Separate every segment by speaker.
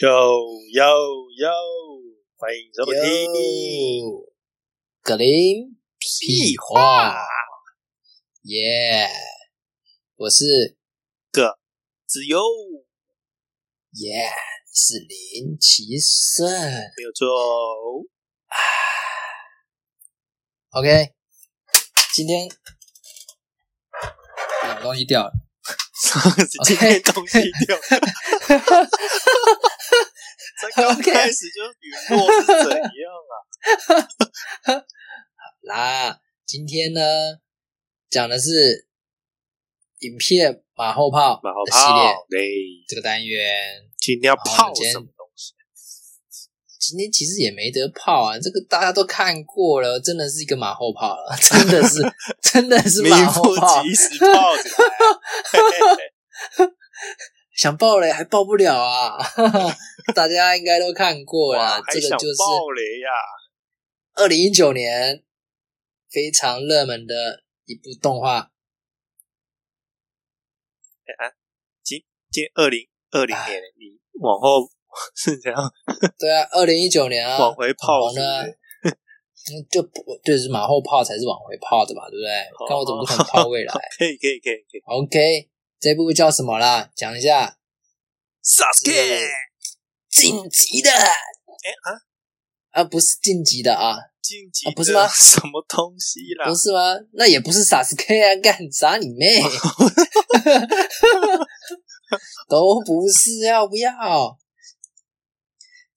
Speaker 1: 哟哟哟！欢迎收听
Speaker 2: 哟格林屁话，耶！我是
Speaker 1: 子悠，
Speaker 2: 耶，是林奇胜。
Speaker 1: 没有错 哦。
Speaker 2: OK，今天啊东西掉了，
Speaker 1: 今天东西 掉， 才刚
Speaker 2: OK
Speaker 1: 开始就陨落是怎样啊？
Speaker 2: 啦，今天呢讲的是影片马后炮
Speaker 1: 马后
Speaker 2: 的系列
Speaker 1: 炮，对，
Speaker 2: 这个单元。
Speaker 1: 今天要
Speaker 2: 好
Speaker 1: 泡
Speaker 2: 我们今天
Speaker 1: 什么东西？
Speaker 2: 哦今天其实也没得泡啊，这个大家都看过了，真的是一个马后炮了，真的 是，真的是
Speaker 1: 名
Speaker 2: 马后炮
Speaker 1: 副，其实泡起来，
Speaker 2: 想爆雷还爆不了啊！ 大家应该都看过
Speaker 1: 哇
Speaker 2: 了，
Speaker 1: 还
Speaker 2: 这个
Speaker 1: 想
Speaker 2: 就是
Speaker 1: 爆雷呀？
Speaker 2: 二零一九年非常热门的一部动画，
Speaker 1: 今天二零二零年，你往后是怎样？
Speaker 2: 对啊，二零一九年啊，
Speaker 1: 往回泡
Speaker 2: 网
Speaker 1: 是
Speaker 2: 红
Speaker 1: 不
Speaker 2: 呢
Speaker 1: 是？
Speaker 2: 嗯就不就是马后炮才是往回泡的嘛，对不
Speaker 1: 哦
Speaker 2: 对？看我怎么可能泡 未来
Speaker 1: 可以可以可以可以
Speaker 2: ？OK，这部叫什么啦？讲一下，
Speaker 1: ，Sasuke
Speaker 2: 晋级的
Speaker 1: 啊，
Speaker 2: 啊，不是晋级的啊，
Speaker 1: 晋级
Speaker 2: 啊不是吗
Speaker 1: 的 什么东西啦
Speaker 2: 不？是吗？那也不是傻子 K 啊，干啥你 妹？都不是，要不要？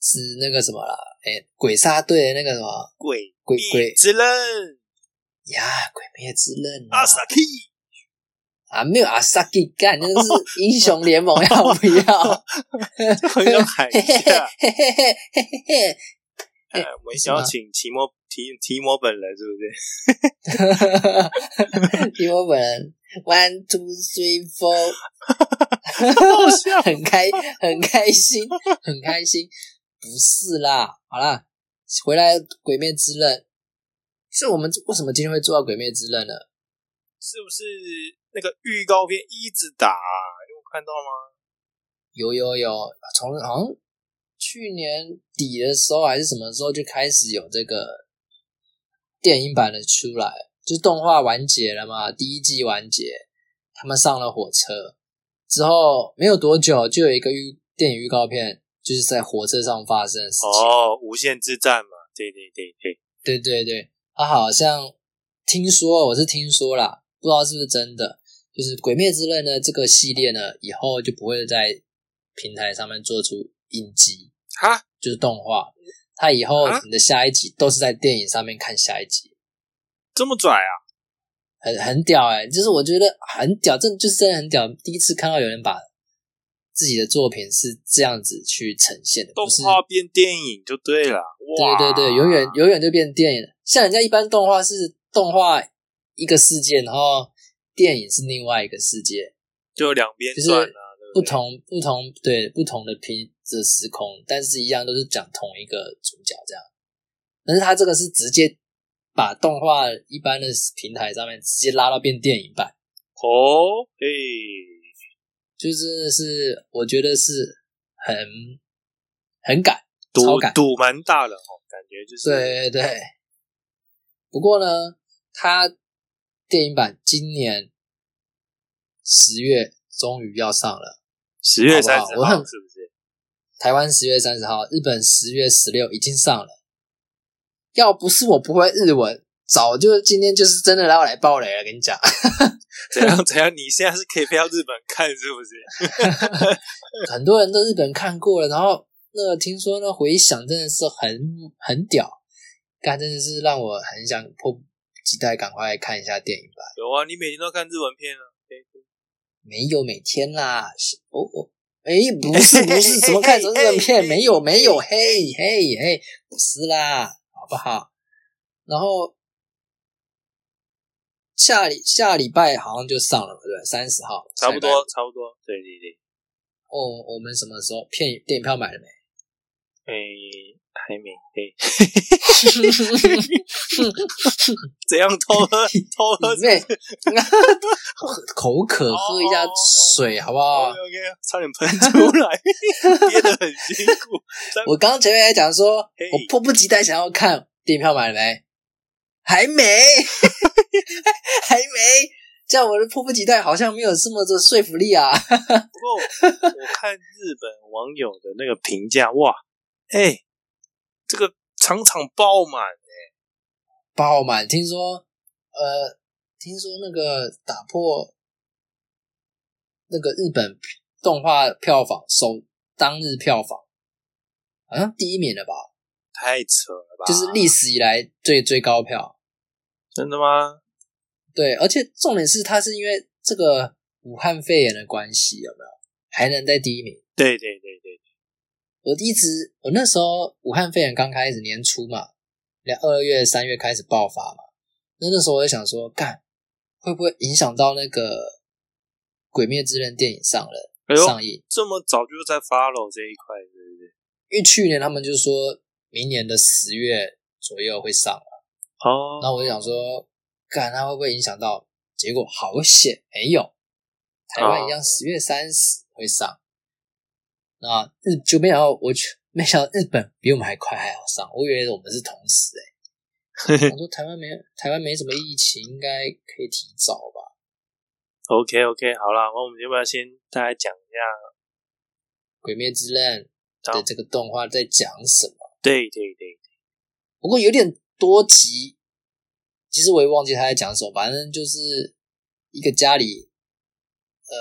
Speaker 2: 是那个什么啦？哎、鬼杀队的那个什么
Speaker 1: 鬼
Speaker 2: 鬼
Speaker 1: 灭
Speaker 2: 鬼
Speaker 1: 之刃
Speaker 2: 呀，鬼灭之刃啊
Speaker 1: 阿萨 k
Speaker 2: 啊，没有阿萨基干，那个 是英雄联盟，要不
Speaker 1: 啊
Speaker 2: 要？
Speaker 1: 很想喊一
Speaker 2: 嘿嘿嘿
Speaker 1: 下。
Speaker 2: 嘿嘿嘿嘿嘿嘿
Speaker 1: 呃我们想要
Speaker 2: 是吗
Speaker 1: 请提摩提提摩本人是不是？
Speaker 2: 听我本人，one two three four。
Speaker 1: 好笑
Speaker 2: 很开很开心，很开心。不是啦，好啦，回来《鬼灭之刃》，是我们为什么今天会做到《鬼灭之刃》呢？
Speaker 1: 是不是那个预告片一直打啊？你有看到吗？
Speaker 2: 有有有，从好像去年底的时候还是什么时候就开始有这个电影版的出来，就是动画完结了嘛，第一季完结，他们上了火车之后没有多久就有一个预电影预告片，就是在火车上发生的事情。
Speaker 1: 哦，无限之战嘛，对对对对，
Speaker 2: 对对对，他好像听说，我是听说啦，不知道是不是真的。就是《鬼灭之刃》呢，这个系列呢，以后就不会在平台上面做出影集，
Speaker 1: 哈，
Speaker 2: 就是动画。它以后
Speaker 1: 啊
Speaker 2: 你的下一集都是在电影上面看下一集，
Speaker 1: 这么拽啊！
Speaker 2: 很很屌哎、就是我觉得很屌，真的就是真的很屌。第一次看到有人把自己的作品是这样子去呈现的，
Speaker 1: 动
Speaker 2: 不是
Speaker 1: 画变电影就对了，哇，
Speaker 2: 对对对，永远永远就变电影了。像人家一般动画是动画一个世界，然后电影是另外一个世界，
Speaker 1: 就两边
Speaker 2: 就是
Speaker 1: 转啊，对不
Speaker 2: 不
Speaker 1: 对？
Speaker 2: 同不同对不同的平的时空，但是一样都是讲同一个主角这样。但是他这个是直接把动画一般的平台上面直接拉到变电影版，
Speaker 1: 哦，嘿，
Speaker 2: 就真的是我觉得是很很敢
Speaker 1: 赌
Speaker 2: 超感
Speaker 1: 赌蛮大的哦，感觉就是
Speaker 2: 对对对。不过呢，它电影版今年十月终于要上了，
Speaker 1: 十月
Speaker 2: 好不
Speaker 1: 三
Speaker 2: 好
Speaker 1: 十
Speaker 2: 我
Speaker 1: 号
Speaker 2: 很
Speaker 1: 是不是？
Speaker 2: 台湾十月三十号，日本十月十六已经上了。要不是我不会日文，早就今天就是真的要来爆雷了。跟你讲，
Speaker 1: 怎样怎样？你现在是可以飞到日本看是不是？
Speaker 2: 很多人都日本看过了，然后那个听说那回响真的是很很屌，但真的是让我很想迫不及待赶快看一下电影版。
Speaker 1: 有啊，你每天都看日文片啊。对对
Speaker 2: 没有每天啦，是哦哦，哎，不是不是，怎么看成本片？没有没有，嘿嘿嘿，不是啦，好不好？然后下礼下礼拜好像就上了嘛，对，三十号，
Speaker 1: 差不多啊
Speaker 2: 下礼拜。，
Speaker 1: 差不多。对对对。
Speaker 2: 哦，我们什么时候片电影票买了
Speaker 1: 诶、
Speaker 2: 没？
Speaker 1: 哎还没对，怎样偷 喝偷喝
Speaker 2: 你妹， 口渴喝一下水好不好？
Speaker 1: OK，差点喷出来，憋得很辛苦。
Speaker 2: 我刚刚前面还讲说，
Speaker 1: 嘿
Speaker 2: 我迫不及待想要看电影票买了没？还没， 还没。这样我的迫不及待好像没有这么的说服力啊！
Speaker 1: 不过我看日本网友的那个评价，哇，哎、这个场场爆满，
Speaker 2: 爆满，听说，呃，听说那个打破那个日本动画票房首当日票房，好像第一名了吧？
Speaker 1: 太扯了吧？
Speaker 2: 就是历史以来最最高票。
Speaker 1: 真的吗？
Speaker 2: 对，而且重点是它是因为这个武汉肺炎的关系，有没有还能在第一名？
Speaker 1: 对对对对，
Speaker 2: 我一直我那时候武汉肺炎刚开始年初嘛，两二月三月开始爆发嘛，那那时候我就想说，干会不会影响到那个《鬼灭之刃》电影上了、
Speaker 1: 哎呦，
Speaker 2: 上映？
Speaker 1: 这么早就在 follow 这一块，对不对？
Speaker 2: 因为去年他们就说明年的十月左右会上嘛，
Speaker 1: 哦，
Speaker 2: 那我就想说，干它会不会影响到？结果好险没有，台湾一样十月三十会上，那日就没想到我去，没想到日本比我们还快还好上，我以为我们是同时哎、欸，我说台湾没台湾没什么疫情，应该可以提早吧？
Speaker 1: OK OK，好啦，那我们要不要先大概讲一下？
Speaker 2: 《鬼灭之刃》的这个动画在讲什么？
Speaker 1: 对对对，
Speaker 2: 不过有点多集，其实我也忘记他在讲什么，反正就是一个家里，呃，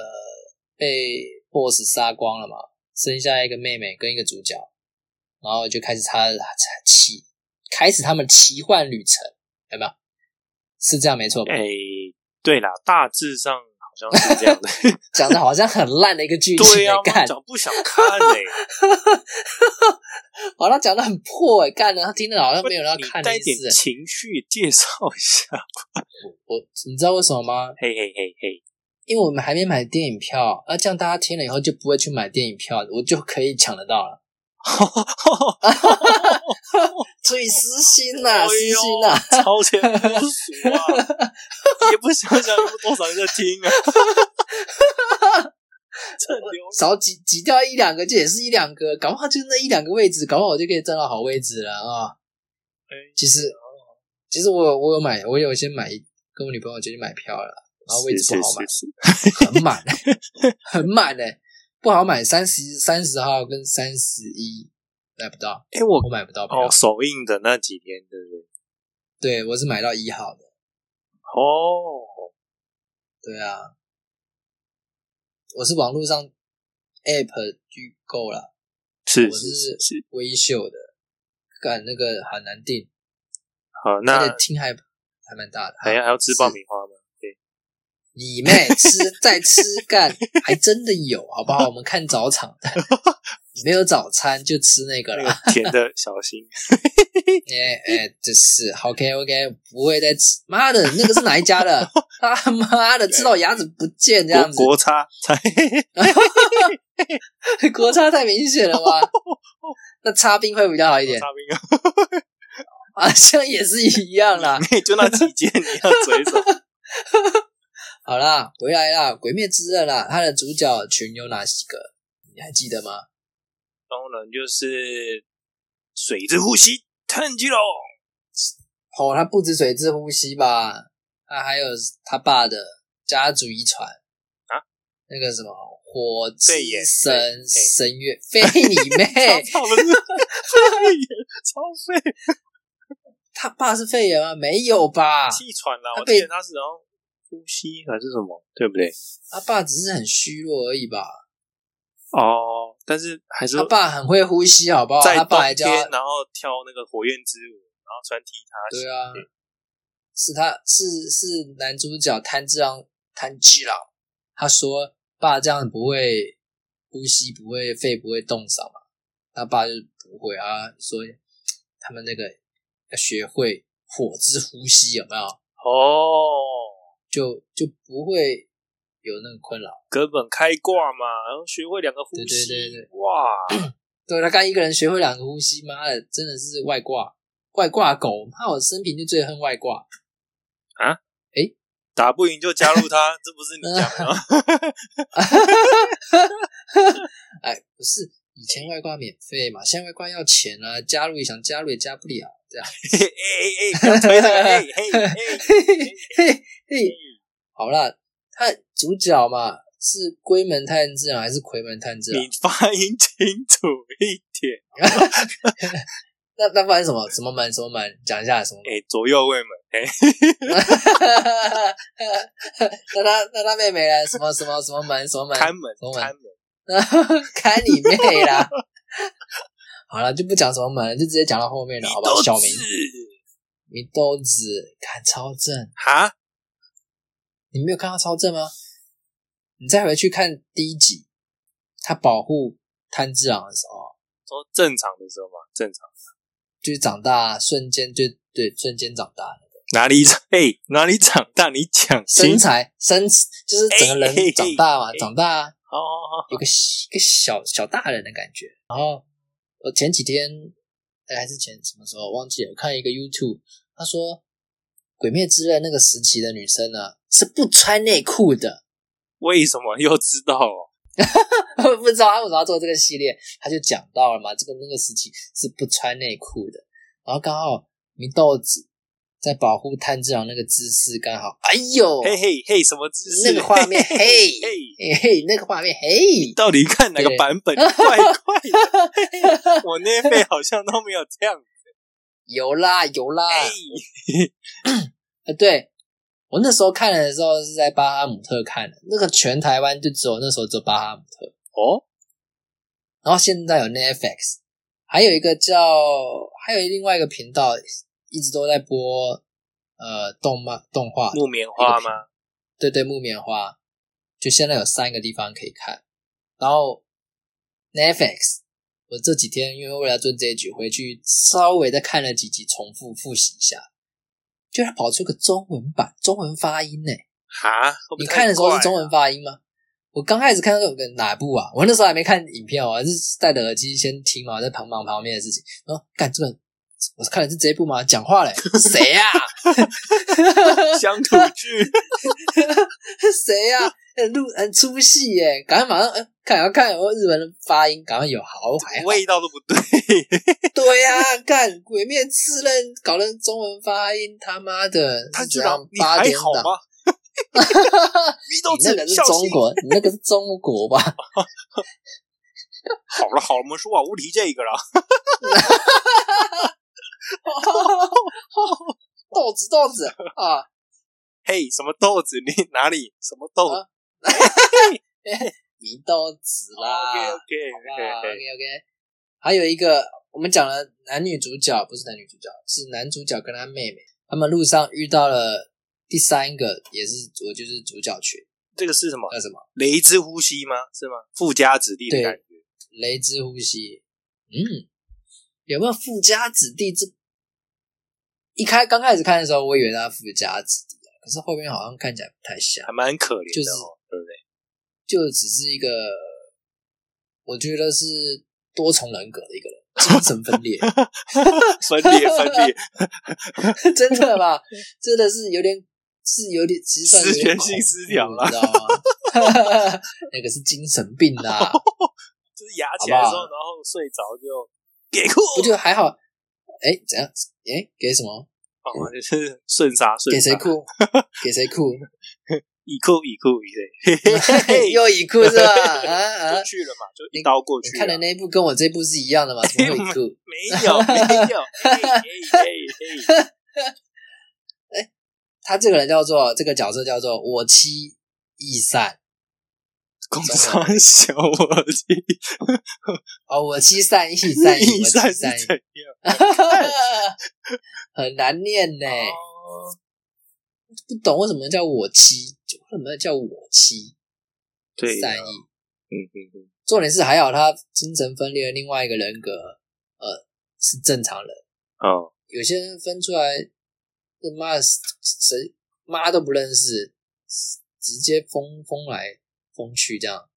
Speaker 2: 被 BOSS 杀光了嘛，剩下一个妹妹跟一个主角，然后就开始他的奇，开始他们奇幻旅程，有没有？是这样没错吧
Speaker 1: 哎、？对啦，大致上好像是这样的。
Speaker 2: 讲的好像很烂的 一个剧情，
Speaker 1: 对呀、啊，
Speaker 2: 干
Speaker 1: 妈，讲不想看欸嘞、
Speaker 2: 好像讲的很破哎、干的 他听得好像没有人
Speaker 1: 你
Speaker 2: 要看的
Speaker 1: 带
Speaker 2: 意
Speaker 1: 点
Speaker 2: 思欸。
Speaker 1: 情绪介绍一下。
Speaker 2: 我你知道为什么吗？
Speaker 1: 嘿嘿嘿嘿，
Speaker 2: 因为我们还没买电影票，那这样大家听了以后就不会去买电影票，我就可以抢得到了。 所以私心呐、
Speaker 1: 哎
Speaker 2: 私
Speaker 1: 呦
Speaker 2: 心呐、
Speaker 1: 超前部署啊！也不想想有多少人在听啊，趁流
Speaker 2: 少挤挤掉一两个，这也是一两个，搞不好就那一两个位置，搞不好我就可以站到好位置了啊！
Speaker 1: 哎
Speaker 2: 其实，其实我有我有买，我有先买一，跟我女朋友就去买票了，然后位置不好买，
Speaker 1: 是是是
Speaker 2: 很满，欸很满嘞、不好买三十三十号跟三十一买不到，
Speaker 1: 哎、我
Speaker 2: 我买不到票，
Speaker 1: 哦首映的那几天，对不对？
Speaker 2: 对我是买到一号的。
Speaker 1: 哦，
Speaker 2: 对啊，我是网络上 App 预购啦，
Speaker 1: 是
Speaker 2: 我
Speaker 1: 是
Speaker 2: 是
Speaker 1: 是是，
Speaker 2: 微秀的，干那个很难订，
Speaker 1: 好，
Speaker 2: 而且
Speaker 1: 那哎
Speaker 2: 厅还还蛮大的。
Speaker 1: 还要还要吃爆米花吗？
Speaker 2: 你妹吃再吃干，还真的有好不好？我们看早场的，没有早餐就吃那个
Speaker 1: 那
Speaker 2: 啦。
Speaker 1: 个甜的小心，
Speaker 2: 哎哎，这是 OK OK，不会再吃。妈的，那个是哪一家的？他妈的，吃到牙齿不 见这样
Speaker 1: 国
Speaker 2: 子，
Speaker 1: 国差才
Speaker 2: 国差太明显了 吧？那擦冰会比较好一点。
Speaker 1: 差冰啊，
Speaker 2: 好像也是一样啦。
Speaker 1: 你就那几件你要嘴什么？
Speaker 2: 好啦，回来啦，《鬼灭之刃》啦，它的主角群有哪几个？你还记得吗？
Speaker 1: 当然就是水之呼吸，炭治郎。
Speaker 2: 哦，他不止水之呼吸吧，他还有他爸的家族遗传
Speaker 1: 啊，
Speaker 2: 那个什么火之
Speaker 1: 肺炎
Speaker 2: 神
Speaker 1: 肺
Speaker 2: 神月，废你 妹！
Speaker 1: 超不是肺炎，超肺
Speaker 2: 他爸是肺炎吗？没有吧，
Speaker 1: 气喘啦！
Speaker 2: 他
Speaker 1: 我
Speaker 2: 啊被
Speaker 1: 记得他是然后呼吸还是什么，对不对？
Speaker 2: 他爸只是很虚弱而已吧。
Speaker 1: 哦，但是还是
Speaker 2: 他爸很会呼吸，好不好？
Speaker 1: 在
Speaker 2: 他
Speaker 1: 冬
Speaker 2: 爸还教他
Speaker 1: 天，然后跳那个火焰之舞，然后穿踢踏鞋。
Speaker 2: 对啊，是他是是男主角炭治郎炭治郎，他说爸这样不会呼吸，不会肺不会冻伤嘛，他爸就不会啊，说他们那个要学会火之呼吸有没有？
Speaker 1: 哦，
Speaker 2: 就就不会有那个困扰。
Speaker 1: 根本开挂嘛，然后学会两个呼吸，
Speaker 2: 对对对
Speaker 1: 哇，
Speaker 2: 对他刚一个人学会两个呼吸，妈的，真的是外挂外挂狗。怕我生平就最恨外挂。
Speaker 1: 打不赢就加入他，这不是你讲的吗？
Speaker 2: 哎，不是，以前外挂免费嘛，现在外挂要钱啊，加入也想加入也加不了，这样。
Speaker 1: 哎哎哎，不要推这个，哎哎哎，
Speaker 2: 嘿嘿嘿嘿，
Speaker 1: 嗯
Speaker 2: 好啦，他主角嘛是龟门炭治啊郎还是葵门炭治郎
Speaker 1: 你？发音清楚一点。
Speaker 2: 那那不然什么什么门什么门？讲一下什么门？
Speaker 1: 哎，左右为门，
Speaker 2: 那他那他妹妹呢？什么什么什么门什么门？
Speaker 1: 看门
Speaker 2: 左，门
Speaker 1: 看门。
Speaker 2: 看你妹啦！好了，就不讲什么门，就直接讲到后面了，好不好？小明
Speaker 1: 你都，是
Speaker 2: 你豆子看超正，
Speaker 1: 哈，
Speaker 2: 你没有看到超正吗？你再回去看第一集，他保护炭治郎的时候，
Speaker 1: 说正常的时候嘛，正常
Speaker 2: 就是长大瞬间就对瞬间长大了，
Speaker 1: 哪里长？哎，哪里长大？你讲清
Speaker 2: 身
Speaker 1: 楚。
Speaker 2: 材身就是整个
Speaker 1: 哎哎哎
Speaker 2: 人长大嘛，长大、啊。
Speaker 1: 好好好，
Speaker 2: 有个一个小小大人的感觉。然后我前几天，哎，还是前什么时候忘记了，我看一个 YouTube，他说《鬼灭之刃》那个时期的女生呢、是不穿内裤的，
Speaker 1: 为什么又知道哦？
Speaker 2: 我不知道他为什么要做这个系列，他就讲到了嘛，这个那个时期是不穿内裤的。然后刚好祢豆子在保护炭治郎那个姿势刚好，哎呦，
Speaker 1: 嘿嘿嘿，什么姿势？
Speaker 2: 那个画面，嘿
Speaker 1: 嘿
Speaker 2: 嘿嘿，那个画面，嘿。
Speaker 1: 到底看哪个版本？怪怪的，我那辈好像都没有这 样。
Speaker 2: 有啦有啦，
Speaker 1: 哎，
Speaker 2: 呃，对我那时候看的时候是在巴哈姆特看的，那个全台湾就只有那时候只有巴哈姆特，
Speaker 1: 哦，
Speaker 2: 然后现在有 Netflix，还有一个叫还有另外一个频道一直都在播呃动漫动画，
Speaker 1: 木棉花吗？
Speaker 2: 对对木棉花，就现在有三个地方可以看，然后 Netflix。我这几天因为为了做这一局，回去稍微再看了几集，重复复习一下，居然跑出个中文版，中文发音呢、
Speaker 1: 哈，会不会
Speaker 2: 你
Speaker 1: 哦太
Speaker 2: 看的时候
Speaker 1: 怪
Speaker 2: 是
Speaker 1: 啊
Speaker 2: 中文发音吗？我刚开始看到有个哪部啊？我那时候还没看影片哦，我还是戴着耳机先听嘛，在旁忙旁边的事情。然后干这个，我看的是这一部吗？讲话嘞，谁啊呀、
Speaker 1: 啊 乡土剧，
Speaker 2: 谁 呀、很入很出戏耶！赶快马上，呃、看要看有没有日文的发音，赶快有好还好。
Speaker 1: 味道都不对。
Speaker 2: 对呀、 干《鬼灭之刃》搞成中文发音，他妈的，
Speaker 1: 他
Speaker 2: 是
Speaker 1: 居
Speaker 2: 怎
Speaker 1: 然
Speaker 2: 样
Speaker 1: 你
Speaker 2: 八
Speaker 1: 还
Speaker 2: 点
Speaker 1: 好
Speaker 2: 档？
Speaker 1: 吗？你都
Speaker 2: 你那个是
Speaker 1: 孝
Speaker 2: 中
Speaker 1: 心。
Speaker 2: 国，你那个是中 国吧？
Speaker 1: 好了好了，我们说话不提这个了。
Speaker 2: 豆子豆子啊！
Speaker 1: 嘿，什么豆子？你哪里？什么豆子
Speaker 2: 啊祢豆子啦。
Speaker 1: ？OK
Speaker 2: 啊好啦 OK
Speaker 1: OK
Speaker 2: OK。还有一个，我们讲了男女主角，不是男女主角，是男主角跟他妹妹，他们路上遇到了第三个，也是我就是主角群，
Speaker 1: 这个是什么？
Speaker 2: 叫什么？
Speaker 1: 雷之呼吸吗？是吗？富家子弟的
Speaker 2: 对
Speaker 1: 感觉。
Speaker 2: 雷之呼吸。嗯，有没有富家子弟？这一开刚开始看的时候，我以为他富家子弟，啊可是后面好像看起来不太像。
Speaker 1: 还蛮可怜
Speaker 2: 就是
Speaker 1: 的哦，对不对？
Speaker 2: 就只是一个，我觉得是多重人格的一个人，精神分裂，
Speaker 1: 分 裂分裂，
Speaker 2: 真的吧？真的是有点，是有点，其实算是有点
Speaker 1: 失权性失调啦
Speaker 2: 恐怖你知道吗？那个是精神病啊啦，
Speaker 1: 就是牙起来之
Speaker 2: 好
Speaker 1: 后，然
Speaker 2: 不
Speaker 1: 后睡着就给哭，
Speaker 2: 不就还好？哎，怎样？哎，给什么？
Speaker 1: 哦就是顺杀顺
Speaker 2: 给
Speaker 1: 杀
Speaker 2: 谁，哭？给谁哭？
Speaker 1: 一哭一哭一 嘿
Speaker 2: 又已哭是吧？啊啊
Speaker 1: 就！去了嘛，就一刀过
Speaker 2: 你
Speaker 1: 去了。
Speaker 2: 看的那一部跟我这部是一样的嘛？怎么会已哭？
Speaker 1: 没有没 有，嘿嘿嘿嘿
Speaker 2: 他这个人叫做这个角色叫做我妻易善。
Speaker 1: 工商小我记，
Speaker 2: 哦，我七三 一 三一，
Speaker 1: 逆
Speaker 2: 我七
Speaker 1: 善是
Speaker 2: 三一
Speaker 1: 怎， 样？
Speaker 2: 很难念呢、
Speaker 1: 哦
Speaker 2: 不懂为什么叫我七，就为什么叫我七
Speaker 1: 对啊，
Speaker 2: 三一？
Speaker 1: 嗯嗯嗯，
Speaker 2: 重点是还好他精神分裂的另外一个人格，呃，是正常人。
Speaker 1: 哦，
Speaker 2: 有些人分出来，他妈的谁妈都不认识，直接疯疯来疯去这样，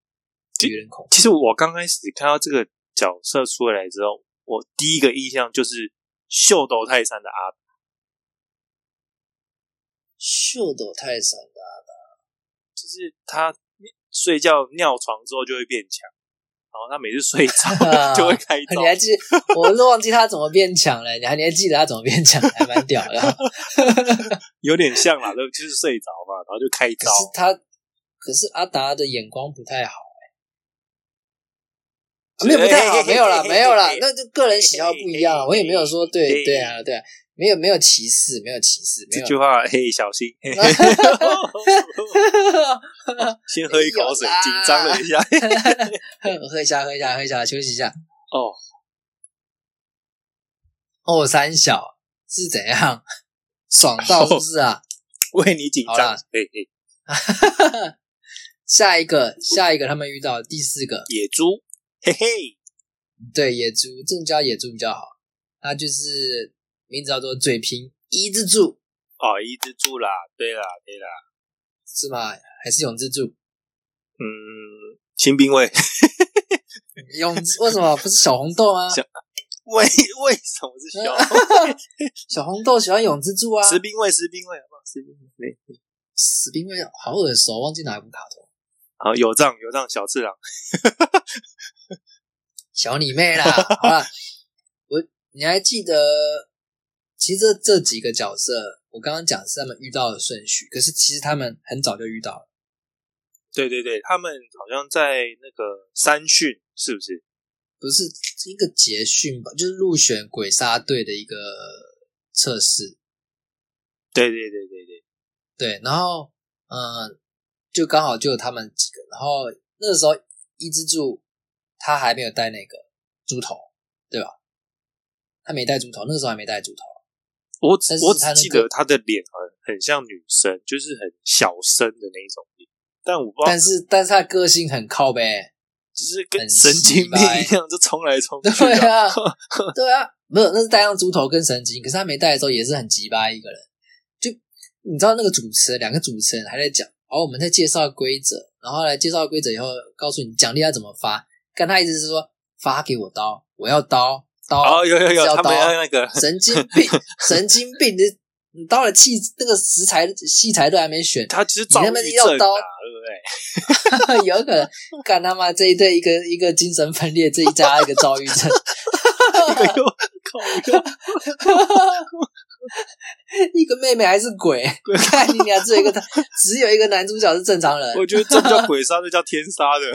Speaker 1: 其
Speaker 2: 有点恐怖。
Speaker 1: 其实我刚开始看到这个角色出来之后，我第一个印象就是秀斗泰山的阿
Speaker 2: 秀斗泰山的阿达，
Speaker 1: 就是他睡觉尿床之后就会变强，然后他每次睡着 就会开
Speaker 2: 你还
Speaker 1: 刀。
Speaker 2: 记？我都忘记他怎么变强了，你还你还记得他怎么变强，还蛮屌的。
Speaker 1: 有点像啦，对，就是睡着嘛，然后就开
Speaker 2: 可
Speaker 1: 刀。
Speaker 2: 是他，可是阿达的眼光不太好、欸，啊没有不太好，没有啦，没有啦，那就个人喜好不一样啊。我也没有说对对啊，对啊，没有没有歧视，没有歧视，没
Speaker 1: 这
Speaker 2: 有
Speaker 1: 句话嘿，小心， 嘿先喝一口水
Speaker 2: 有啦，
Speaker 1: 紧张了一下。
Speaker 2: 喝一下，喝一下，喝一下，休息一下。
Speaker 1: 哦，
Speaker 2: 哦，三小是怎样？ 爽到是不是 啊？
Speaker 1: 为你紧
Speaker 2: 好啦
Speaker 1: 张，嘿嘿，
Speaker 2: 下一个，下一个，他们遇到第四个，
Speaker 1: 野猪，嘿嘿，
Speaker 2: 对野猪，正叫野猪比较好。它就是名字叫做嘴贫一字柱
Speaker 1: 哦，一只猪啦，对啦，对啦，
Speaker 2: 是吗？还是永之柱？
Speaker 1: 嗯，新兵卫，
Speaker 2: 永之为什么不是小红豆吗？
Speaker 1: 小 为为什么是 小？
Speaker 2: 小红豆喜欢永之柱啊。
Speaker 1: 石兵卫，石兵卫，好不好？石兵卫，对
Speaker 2: 死兵卫好耳熟，忘记哪一部卡通。
Speaker 1: 好，有仗有仗，小次郎，
Speaker 2: 小你妹啦！好啦，我你还记得？其实这这几个角色，我刚刚讲是他们遇到的顺序，可是其实他们很早就遇到了。
Speaker 1: 对对对，他们好像在那个山训，是不是？
Speaker 2: 不是一个捷训吧，就是入选鬼杀队的一个测试。
Speaker 1: 对对对对对，
Speaker 2: 对，然后嗯，就刚好就有他们几个，然后那个时候伊之助他还没有带那个猪头，对吧？他没带猪头，那个时候还没带猪头。
Speaker 1: 我只
Speaker 2: 但是
Speaker 1: 我
Speaker 2: 他那
Speaker 1: 只
Speaker 2: 个
Speaker 1: 记得他的脸很很像女生，就是很小生的那一种脸，但我不知道，
Speaker 2: 但是但是他个性很靠呗，
Speaker 1: 就是跟
Speaker 2: 很
Speaker 1: 神经病一样，就冲来冲去
Speaker 2: 对
Speaker 1: 啊。
Speaker 2: 啊，对啊，没有，那是带上猪头跟神经，可是他没带的时候也是很鸡巴一个人。就你知道那个主持人，两个主持人还在讲，哦，我们在介绍规则，然后来介绍规则以后，告诉你奖励要怎么发。但他一直是说发给我刀，我要刀刀，
Speaker 1: 哦，有有
Speaker 2: 是
Speaker 1: 有，
Speaker 2: 要
Speaker 1: 他
Speaker 2: 刀
Speaker 1: 们要那个，
Speaker 2: 神经病，神经病！你你刀的器那个食材器材都还没选，
Speaker 1: 他其实躁郁
Speaker 2: 你
Speaker 1: 症
Speaker 2: 那边
Speaker 1: 啊，对
Speaker 2: 要刀
Speaker 1: 不对？
Speaker 2: 有可能干他妈这一对一个一个精神分裂，这一家一个躁郁症，
Speaker 1: 哎呦，靠！又
Speaker 2: 一个妹妹还是 鬼，看你俩只有一个只有一个男主角是正常人，
Speaker 1: 我觉得这不叫鬼杀，这叫天杀 的，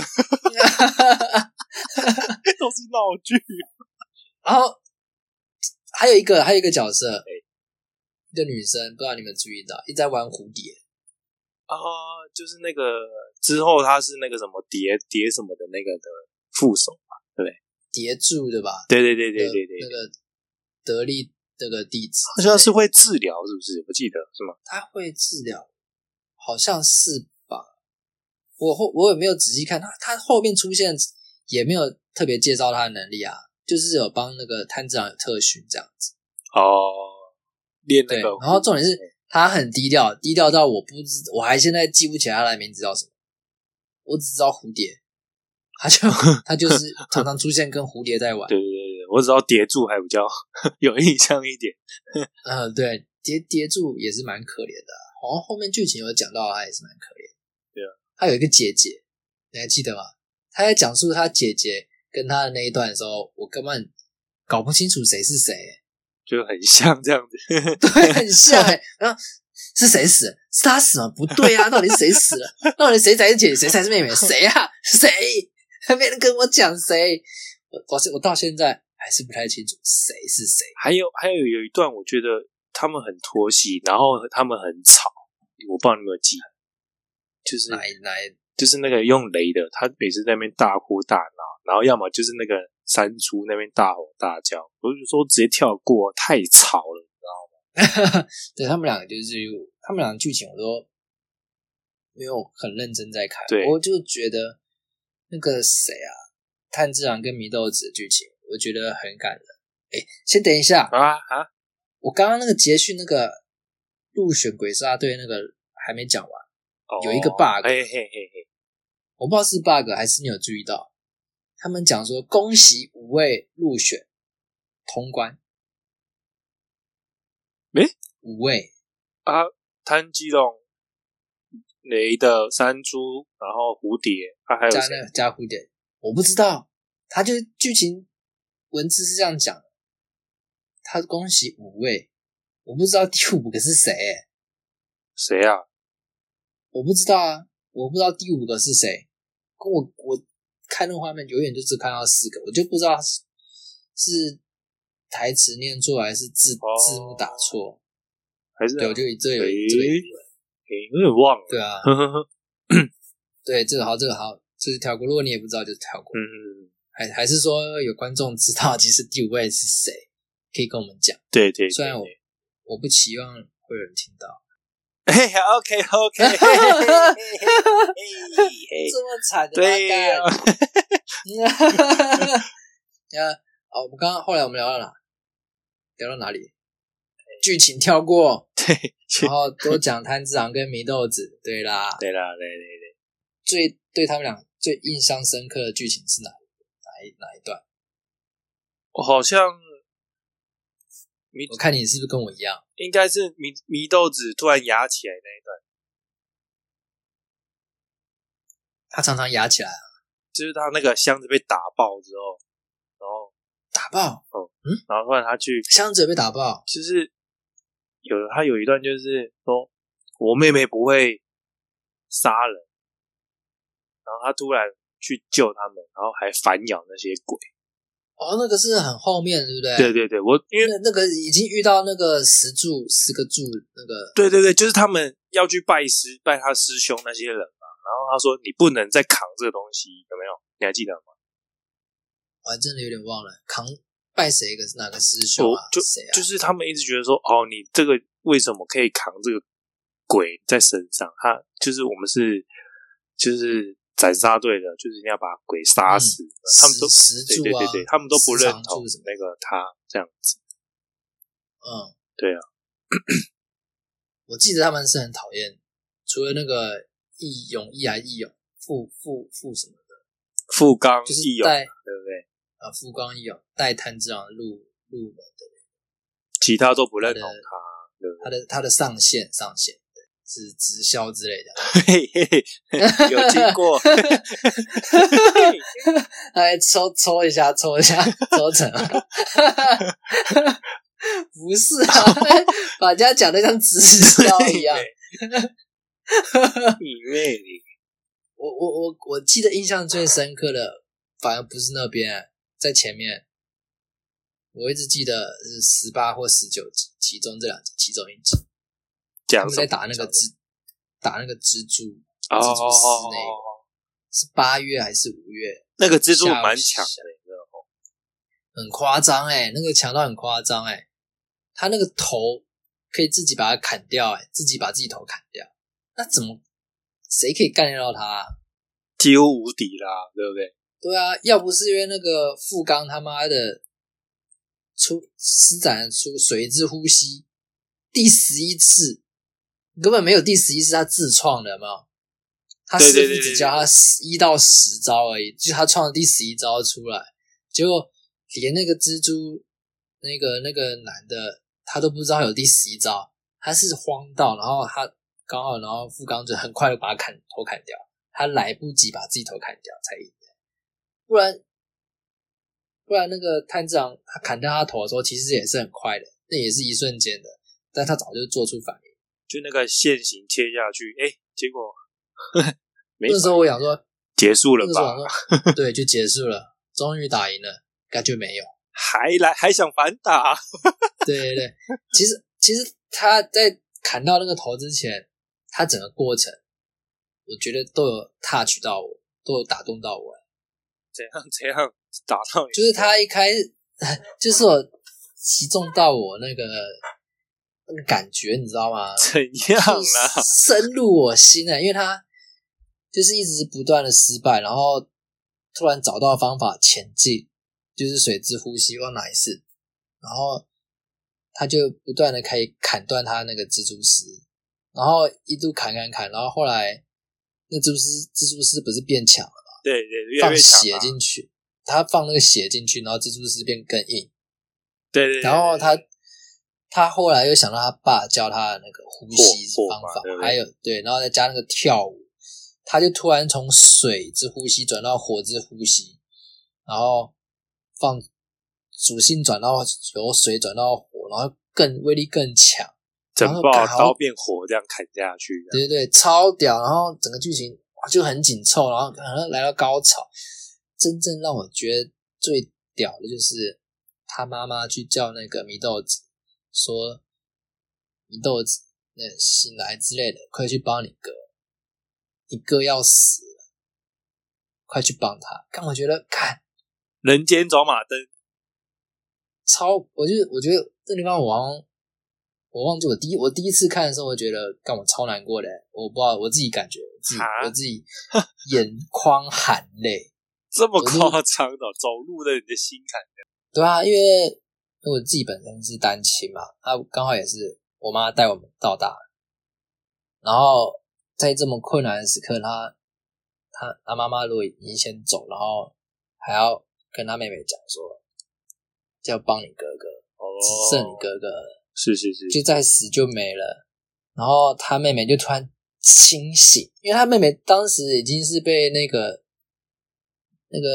Speaker 1: 都是闹剧。
Speaker 2: 然后还有一个还有一个角色，一个女生，不知道你们注意到，一直在玩蝴蝶，
Speaker 1: 啊、就是那个之后他是那个什么蝶蝶什么的那个的副手嘛。
Speaker 2: 蝶柱对吧？
Speaker 1: 对对对对对
Speaker 2: 那
Speaker 1: 对，
Speaker 2: 个德利那个弟子，
Speaker 1: 好像是会治疗，是不是？我记得是吗？
Speaker 2: 他会治疗，好像是吧？我后我也没有仔细看他，他后面出现也没有特别介绍他的能力啊，就是有帮那个探长有特训这样子。
Speaker 1: 哦，练那
Speaker 2: 对，
Speaker 1: 个，嗯
Speaker 2: 然后重点是他很低调，低调到我不知，我还现在记不起来他的名字叫什么，我只知道蝴蝶。他 就他就是常常出现跟蝴蝶在玩，
Speaker 1: 对对对对，我只知道蝶柱还比较 有印象一点。
Speaker 2: 嗯、对，蝶蝶柱也是蛮可怜的啊、好像后面剧情有讲到他也是蛮可怜。
Speaker 1: 对啊，
Speaker 2: 他有一个姐姐，你还记得吗？他在讲述他姐姐跟他的那一段的时候，我根本搞不清楚谁是谁、欸
Speaker 1: 就很像这样子，
Speaker 2: 对，很像、欸。然后是谁死了？是他死吗？不对啊，到底是谁死了？到底谁才是姐姐，谁才是妹妹？谁啊？谁？还没人跟我讲谁？我我我到现在还是不太清楚谁是谁。
Speaker 1: 还有还有有一段，我觉得他们很拖戏，然后他们很吵，我不知道你有没有记，就是
Speaker 2: 哪一哪一？
Speaker 1: 就是那个用雷的，他每次在那边大哭大闹，然后要么就是那个山猪那边大吼大叫，我就说直接跳过，太吵了。
Speaker 2: 对他们两个就是他们两个剧情我都没有很认真在看，
Speaker 1: 对
Speaker 2: 我就觉得那个谁啊，炭治郎跟祢豆子的剧情，我觉得很感人。哎，先等一下，
Speaker 1: 啊啊！
Speaker 2: 我刚刚那个捷讯那个入选鬼杀队那个还没讲完，
Speaker 1: 哦
Speaker 2: 有一个 bug
Speaker 1: 嘿嘿嘿嘿，
Speaker 2: 我不知道是 bug 还是你有注意到，他们讲说恭喜五位入选通关。
Speaker 1: 诶
Speaker 2: 五位
Speaker 1: 啊，摊鸡笼、雷的山猪，然后蝴蝶，啊，还有
Speaker 2: 加
Speaker 1: 谁？
Speaker 2: 那个加蝴蝶，我不知道，他就是剧情文字是这样讲的，他恭喜五位，我不知道第五个是谁、欸
Speaker 1: 谁啊？
Speaker 2: 我不知道啊，我不知道第五个是谁。跟我我看那个画面，永远就只看到四个，我就不知道是是台词念错还是字、
Speaker 1: 哦
Speaker 2: 字幕打错。
Speaker 1: 还是
Speaker 2: 对，我就以这个有
Speaker 1: 诶
Speaker 2: 这个疑问。
Speaker 1: 诶有点忘了。
Speaker 2: 对啊，
Speaker 1: 呵呵呵，
Speaker 2: 对这个好，这个好，这是跳过。如果你也不知道，就跳过。
Speaker 1: 嗯，
Speaker 2: 还还是说有观众知道其实第五位是谁，可以跟我们讲。
Speaker 1: 对对对
Speaker 2: 虽然我
Speaker 1: 对
Speaker 2: 我不期望会有人听到，
Speaker 1: 嘿，OK OK，嘿嘿嘿嘿
Speaker 2: 这么惨的
Speaker 1: 对
Speaker 2: 呀
Speaker 1: 呀、
Speaker 2: 啊 呀，好，我们刚刚后来我们聊到哪？聊到哪里？剧情跳过，
Speaker 1: 对
Speaker 2: 然后多讲摊子昂跟祢豆子。对啦，
Speaker 1: 对啦，对对对，
Speaker 2: 最对他们俩最印象深刻的剧情是哪哪一哪一段？
Speaker 1: 我好像
Speaker 2: 我看你是不是跟我一样？
Speaker 1: 应该是迷迷豆子突然压起来那一段，
Speaker 2: 他常常压起来啊
Speaker 1: 就是他那个箱子被打爆之后，然后
Speaker 2: 打爆
Speaker 1: 然后突然他去
Speaker 2: 箱子也被打爆，
Speaker 1: 就是有他有一段就是说，我妹妹不会杀人，然后他突然去救他们，然后还反咬那些鬼。
Speaker 2: 哦，那个是很后面对不对？
Speaker 1: 对对对，我因为
Speaker 2: 那那个已经遇到那个石柱十个柱那个
Speaker 1: 对对对，就是他们要去拜师拜他师兄那些人嘛，然后他说你不能再扛这个东西，有没有？你还记得吗？
Speaker 2: 我还真的有点忘了，扛拜谁个是哪个师兄啊？
Speaker 1: 哦就
Speaker 2: 谁啊？
Speaker 1: 就是他们一直觉得说，哦，你这个为什么可以扛这个鬼在身上？他就是我们是就是斩杀队的，就是一定要把鬼杀死。他们都
Speaker 2: 石石
Speaker 1: 对
Speaker 2: 柱
Speaker 1: 对
Speaker 2: 啊，
Speaker 1: 对对，他们都不认
Speaker 2: 石长
Speaker 1: 同
Speaker 2: 柱什么？
Speaker 1: 那个他这样子。
Speaker 2: 嗯，
Speaker 1: 对啊。
Speaker 2: 我记得他们是很讨厌，除了那个义勇义还义勇富富富什么的，
Speaker 1: 富冈
Speaker 2: 就是
Speaker 1: 义勇，
Speaker 2: 带
Speaker 1: 对不对？
Speaker 2: 啊富冈义勇带炭治郎入入门的，
Speaker 1: 其他都不认同
Speaker 2: 他的
Speaker 1: 他，对不
Speaker 2: 他的他的上线上线对是直销之类的，
Speaker 1: 对？嘿嘿嘿，有经过，
Speaker 2: 哎，抽抽一下，抽一下，抽成啊！不是啊， 把人家讲的像直销一样。
Speaker 1: 你妹你
Speaker 2: 我我我我记得印象最深刻的，反而不是那边，啊在前面。我一直记得是十八或十九集，其中这两集，其中一集，他
Speaker 1: 讲
Speaker 2: 们
Speaker 1: 什
Speaker 2: 在
Speaker 1: 么？
Speaker 2: 打那个蜘，打那个蜘蛛，
Speaker 1: 哦
Speaker 2: 蜘蛛丝
Speaker 1: 哦，
Speaker 2: 那个是八月还是五月？
Speaker 1: 那个蜘蛛
Speaker 2: 下午
Speaker 1: 蛮强的，哦你知道吗？
Speaker 2: 很夸张哎，那个强到很夸张哎，他那个头可以自己把它砍掉哎、自己把自己头砍掉，那怎么谁可以干得到他、啊？
Speaker 1: 几乎无敌啦，对不对？
Speaker 2: 对啊，要不是因为那个富冈他妈的出施展出水之呼吸第十一次，根本没有第十一次他自创的，有没有？他师
Speaker 1: 对对对
Speaker 2: 傅只
Speaker 1: 对
Speaker 2: 教他
Speaker 1: 对
Speaker 2: 十一到十招而已，就他创了第十一招出来，结果连那个蜘蛛那个那个男的他都不知道有第十一招，他是慌到，然后他刚好，然后富冈就很快的把他砍头砍掉，他来不及把自己头砍掉才赢的，不然不然那个探长他砍掉他头的时候，其实也是很快的，那也是一瞬间的，但他早就做出反应。
Speaker 1: 就那个线型切下去，哎，结果 没
Speaker 2: 那时候我想说，
Speaker 1: 结束了
Speaker 2: 那时候
Speaker 1: 吧？
Speaker 2: 我想说， 对，就结束了，终于打赢了，感觉没有。
Speaker 1: 还来还想反打？
Speaker 2: 对对对，其实其实他在砍到那个头之前，他整个过程，我觉得都有 touch 到我，都有打动到我。
Speaker 1: 怎样怎样打到你？
Speaker 2: 就是他一开， 就是我击中到我那个那个感觉，你知道吗？
Speaker 1: 怎样啦？
Speaker 2: 深入我心啊，因为他就是一直不断的失败，然后突然找到方法前进，就是水之呼吸，忘哪一次，然后他就不断的可以砍断他那个蜘蛛丝，然后一度砍砍砍，然后后来那蜘蛛丝蜘蛛丝不是变强了，
Speaker 1: 对对，越来
Speaker 2: 放
Speaker 1: 越强
Speaker 2: 血
Speaker 1: 啊！
Speaker 2: 进去，他放那个血进去，然后蜘蛛丝变更硬。
Speaker 1: 对对对，
Speaker 2: 然后他他后来又想到他爸教他的那个呼吸
Speaker 1: 霍霍
Speaker 2: 方
Speaker 1: 嘛
Speaker 2: 法，
Speaker 1: 对不对
Speaker 2: 还有对，然后再加那个跳舞，他就突然从水之呼吸转到火之呼吸，然后放属性转到由水转到火，然后更威力更强，
Speaker 1: 整
Speaker 2: 然后
Speaker 1: 爆
Speaker 2: 干好
Speaker 1: 刀变火这样砍下去，啊这样
Speaker 2: 对对对，超屌。然后整个剧情哇就很紧凑，然后可能来到高潮。真正让我觉得最屌的就是他妈妈去叫那个祢豆子，说祢豆子那醒来之类的，快去帮你哥，你哥要死了，快去帮他。看，我觉得看
Speaker 1: 人间走马灯，
Speaker 2: 超，我就是我觉得这地方我好像我忘记我第一我第一次看的时候，我觉得干我超难过的，我不知道我自己感觉，我自己
Speaker 1: 啊
Speaker 2: 我自己眼眶含泪。
Speaker 1: 这么
Speaker 2: 我就
Speaker 1: 夸张的，走路的你的心坎，
Speaker 2: 对啊，因为我自己本身是单亲嘛，啊，刚好也是我妈带我们到大，然后在这么困难的时刻，她她她妈妈如果已经先走，然后还要跟她妹妹讲说，要帮你哥哥，
Speaker 1: 哦，
Speaker 2: 只剩你哥哥了。
Speaker 1: 是是是，
Speaker 2: 就再死就没了。然后他妹妹就突然清醒，因为他妹妹当时已经是被那个那个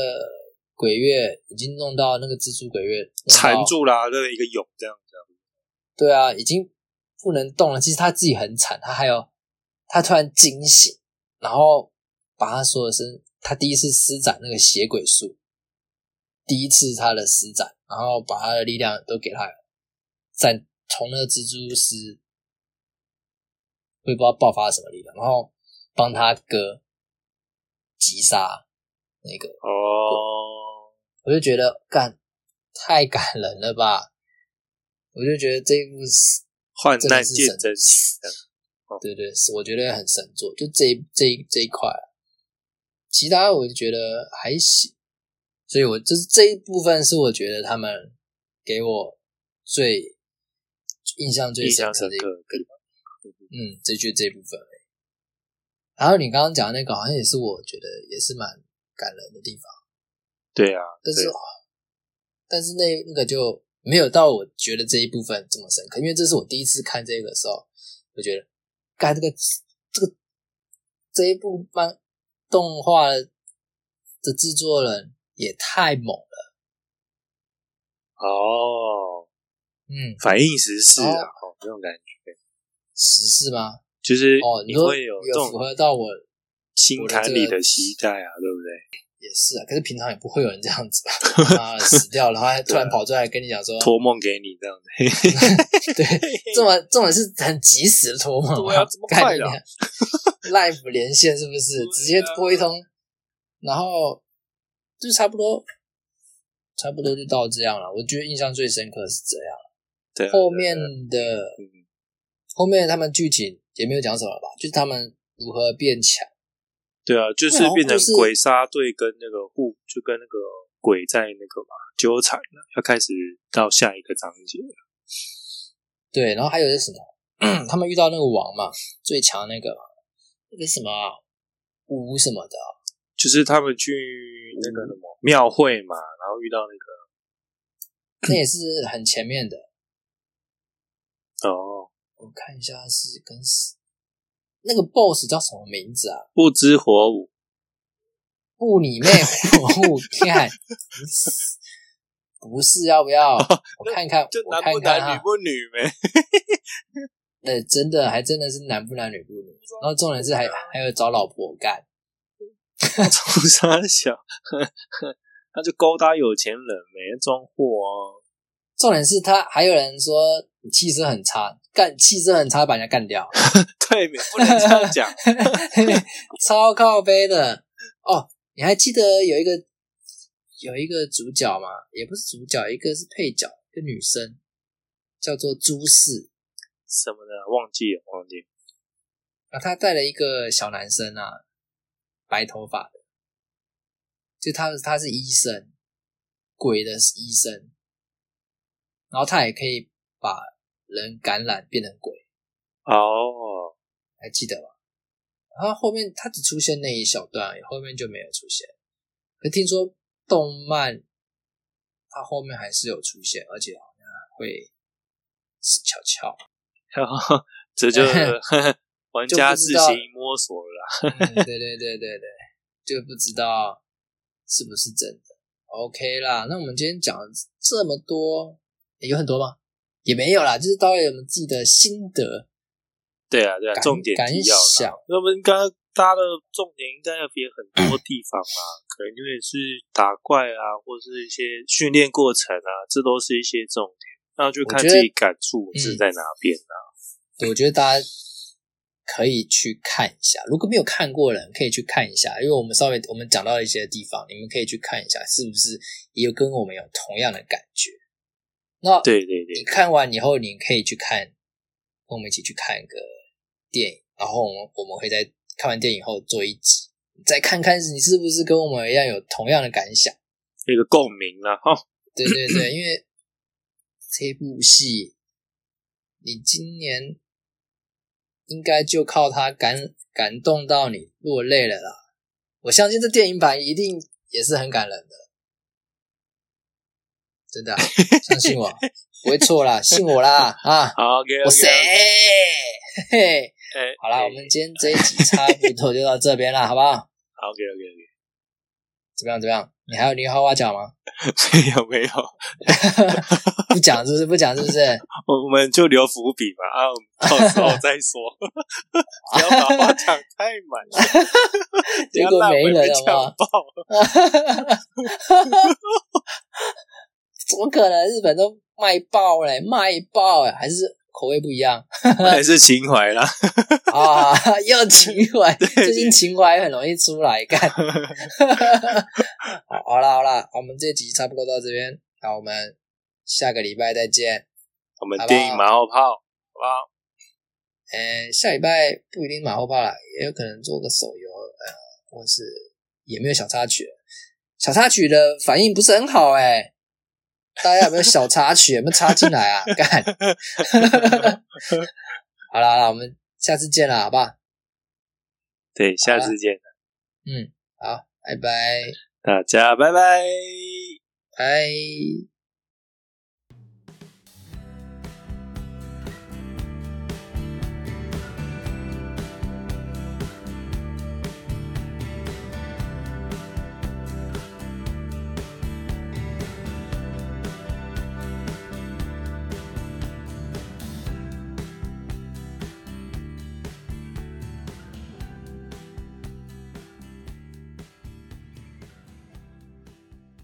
Speaker 2: 鬼月已经弄到那个蜘蛛鬼月弄到
Speaker 1: 缠，住啦，那个一个蛹这样哦子，
Speaker 2: 对啊，已经不能动了。其实他自己很惨，他还有他突然惊醒，然后把他所有身，他第一次施展那个血鬼术，第一次他的施展，然后把他的力量都给他散，从那个蜘蛛丝，我也不知道爆发了什么力量，然后帮他哥击杀那个，
Speaker 1: 哦，
Speaker 2: 我就觉得干太感人了吧，我就觉得这一部是
Speaker 1: 患
Speaker 2: 真
Speaker 1: 难
Speaker 2: 的是
Speaker 1: 见
Speaker 2: 神
Speaker 1: 真情，这样
Speaker 2: 对对，是我觉得很神作，就这一这一这一块啊、其他我就觉得还行，所以我就是这一部分是我觉得他们给我最印象最
Speaker 1: 印
Speaker 2: 深
Speaker 1: 象
Speaker 2: 刻
Speaker 1: 深
Speaker 2: 的一，
Speaker 1: 刻，对
Speaker 2: 嗯，这就这一部分而已。然后你刚刚讲那个好像也是我觉得也是蛮感人的地方，
Speaker 1: 对啊，
Speaker 2: 但是
Speaker 1: 对
Speaker 2: 但是那那个就没有到我觉得这一部分这么深刻，因为这是我第一次看这个的时候，我觉得，干这个这个这一部漫动画的制作人也太猛了，
Speaker 1: 哦，
Speaker 2: 嗯，
Speaker 1: 反应时事啊，哦，这种感觉
Speaker 2: 时事吗？
Speaker 1: 就是
Speaker 2: 哦，
Speaker 1: 你
Speaker 2: 你说
Speaker 1: 会有这
Speaker 2: 符
Speaker 1: 种
Speaker 2: 合到我
Speaker 1: 心坎里
Speaker 2: 我的这
Speaker 1: 的
Speaker 2: 个
Speaker 1: 期待啊，对不对？
Speaker 2: 也是啊，可是平常也不会有人这样子 吧？妈的死掉了，然后还突然跑出来跟你讲说，
Speaker 1: 托梦给你这样子，
Speaker 2: 对，这么这种是很及时的拖嘛，
Speaker 1: 对啊这么
Speaker 2: 干
Speaker 1: 快
Speaker 2: 你
Speaker 1: 的啊
Speaker 2: 娘 live 连线是不是？
Speaker 1: 对啊
Speaker 2: 直接播一通，然后就差不多，差不多就到这样了。我觉得印象最深刻是这样，
Speaker 1: 对啊，
Speaker 2: 后面
Speaker 1: 对啊
Speaker 2: 的
Speaker 1: 嗯
Speaker 2: 后面他们剧情也没有讲什么了吧，就是他们如何变强。
Speaker 1: 对啊，就是
Speaker 2: 对啊
Speaker 1: 变成
Speaker 2: 就是
Speaker 1: 鬼杀队跟那个互，就跟那个鬼在那个嘛纠缠了，要开始到下一个章节了。
Speaker 2: 对，然后还有是什么？ 他们遇到那个王嘛，最强那个嘛，那个什么啊吴什么的啊，
Speaker 1: 就是他们去那个什么
Speaker 2: 嗯
Speaker 1: 庙会嘛，然后遇到那个
Speaker 2: 那也是很前面的。
Speaker 1: 哦，
Speaker 2: 我看一下是跟谁那个 boss 叫什么名字啊？
Speaker 1: 不知火舞，
Speaker 2: 不你妹我不 看，不是要不要？我看看，
Speaker 1: 就
Speaker 2: 我
Speaker 1: 男不
Speaker 2: 看看
Speaker 1: 男女
Speaker 2: 啊。
Speaker 1: 不女呗。
Speaker 2: 对，真的还真的是男不男女不女，然后重点是还还有找老婆干，
Speaker 1: 冲啥小，他就勾搭有钱人呗，装货啊。
Speaker 2: 重点是他还有人说你气色很差，干气色很差把人家干掉，
Speaker 1: 对，不能这样 讲。
Speaker 2: 超靠背的哦。你还记得有一个有一个主角吗？也不是主角，一个是配角，一个女生叫做朱氏，
Speaker 1: 什么的，忘记了，忘记了。
Speaker 2: 然后他啊带了一个小男生啊，白头发的，就他他是医生，鬼的医生，然后他也可以把人感染变成鬼，
Speaker 1: 哦，
Speaker 2: 还记得吗？然后后面他只出现那一小段而已，后面就没有出现。可听说动漫它后面还是有出现，而且好像会死翘翘。
Speaker 1: 然后这 就玩家自行摸索了啦。
Speaker 2: 嗯对对对对对，就不知道是不是真的。OK 啦，那我们今天讲了这么多，诶有很多吗？也没有啦，就是大概我们自己的心得、
Speaker 1: 对啊，对啊，
Speaker 2: 感
Speaker 1: 重点
Speaker 2: 感
Speaker 1: 提要啦。
Speaker 2: 想。
Speaker 1: 那么刚刚大家的重点应该要别很多地方啊，可能因为是打怪啊，或是一些训练过程啊，这都是一些重点。那就看
Speaker 2: 我觉
Speaker 1: 自
Speaker 2: 得嗯
Speaker 1: 己感触是在哪边啊。
Speaker 2: 对我觉得大家可以去看一下，如果没有看过的人可以去看一下，因为我们稍微我们讲到一些地方，你们可以去看一下，是不是也有跟我们有同样的感觉？那
Speaker 1: 对对
Speaker 2: 你
Speaker 1: 对，
Speaker 2: 看完以后，你可以去看，跟我们一起去看个电影，然后我们我们会在看完电影后做一集，再看看你是不是跟我们一样有同样的感想。
Speaker 1: 有一个共鸣啦、哈、
Speaker 2: 对对对，因为这部戏，你今年应该就靠它感感动到你落泪了啦。我相信这电影版一定也是很感人的，真的啊、相信我，不会错啦，信我啦啊！
Speaker 1: 好，OK，
Speaker 2: 我谁？嘿嘿，
Speaker 1: 哎，
Speaker 2: 好啦，我们今天这一集差不多就到这边啦，好不好？
Speaker 1: OK OK OK，
Speaker 2: 怎么样？怎么样？你还有零花花讲吗？
Speaker 1: 没有没有，
Speaker 2: 不讲是不是？不讲是不是？
Speaker 1: 我我们就留伏笔吧啊，我们到时候再 说，不要把话讲太满，
Speaker 2: 结果没人
Speaker 1: 了
Speaker 2: 好不好
Speaker 1: 吗？
Speaker 2: 怎么可能？日本都卖爆嘞，卖爆哎，还是口味不一样
Speaker 1: 还是情怀啦。
Speaker 2: 啊？ 又情怀，最近情怀很容易出来干。好好啦好啦，我们这集差不多到这边，那我们下个礼拜再见。
Speaker 1: 我们
Speaker 2: 好不好
Speaker 1: 电影马后炮，好不好？
Speaker 2: 呃，下礼拜不一定马后炮啦，也有可能做个手游，呃，或是也没有小插曲。小插曲的反应不是很好哎、大家有没有小插曲？有没有插进来啊？ 干！好啦好啦，我们下次见啦，好不好？
Speaker 1: 对，下次见，
Speaker 2: 好，拜拜，
Speaker 1: 大家拜拜。
Speaker 2: 拜。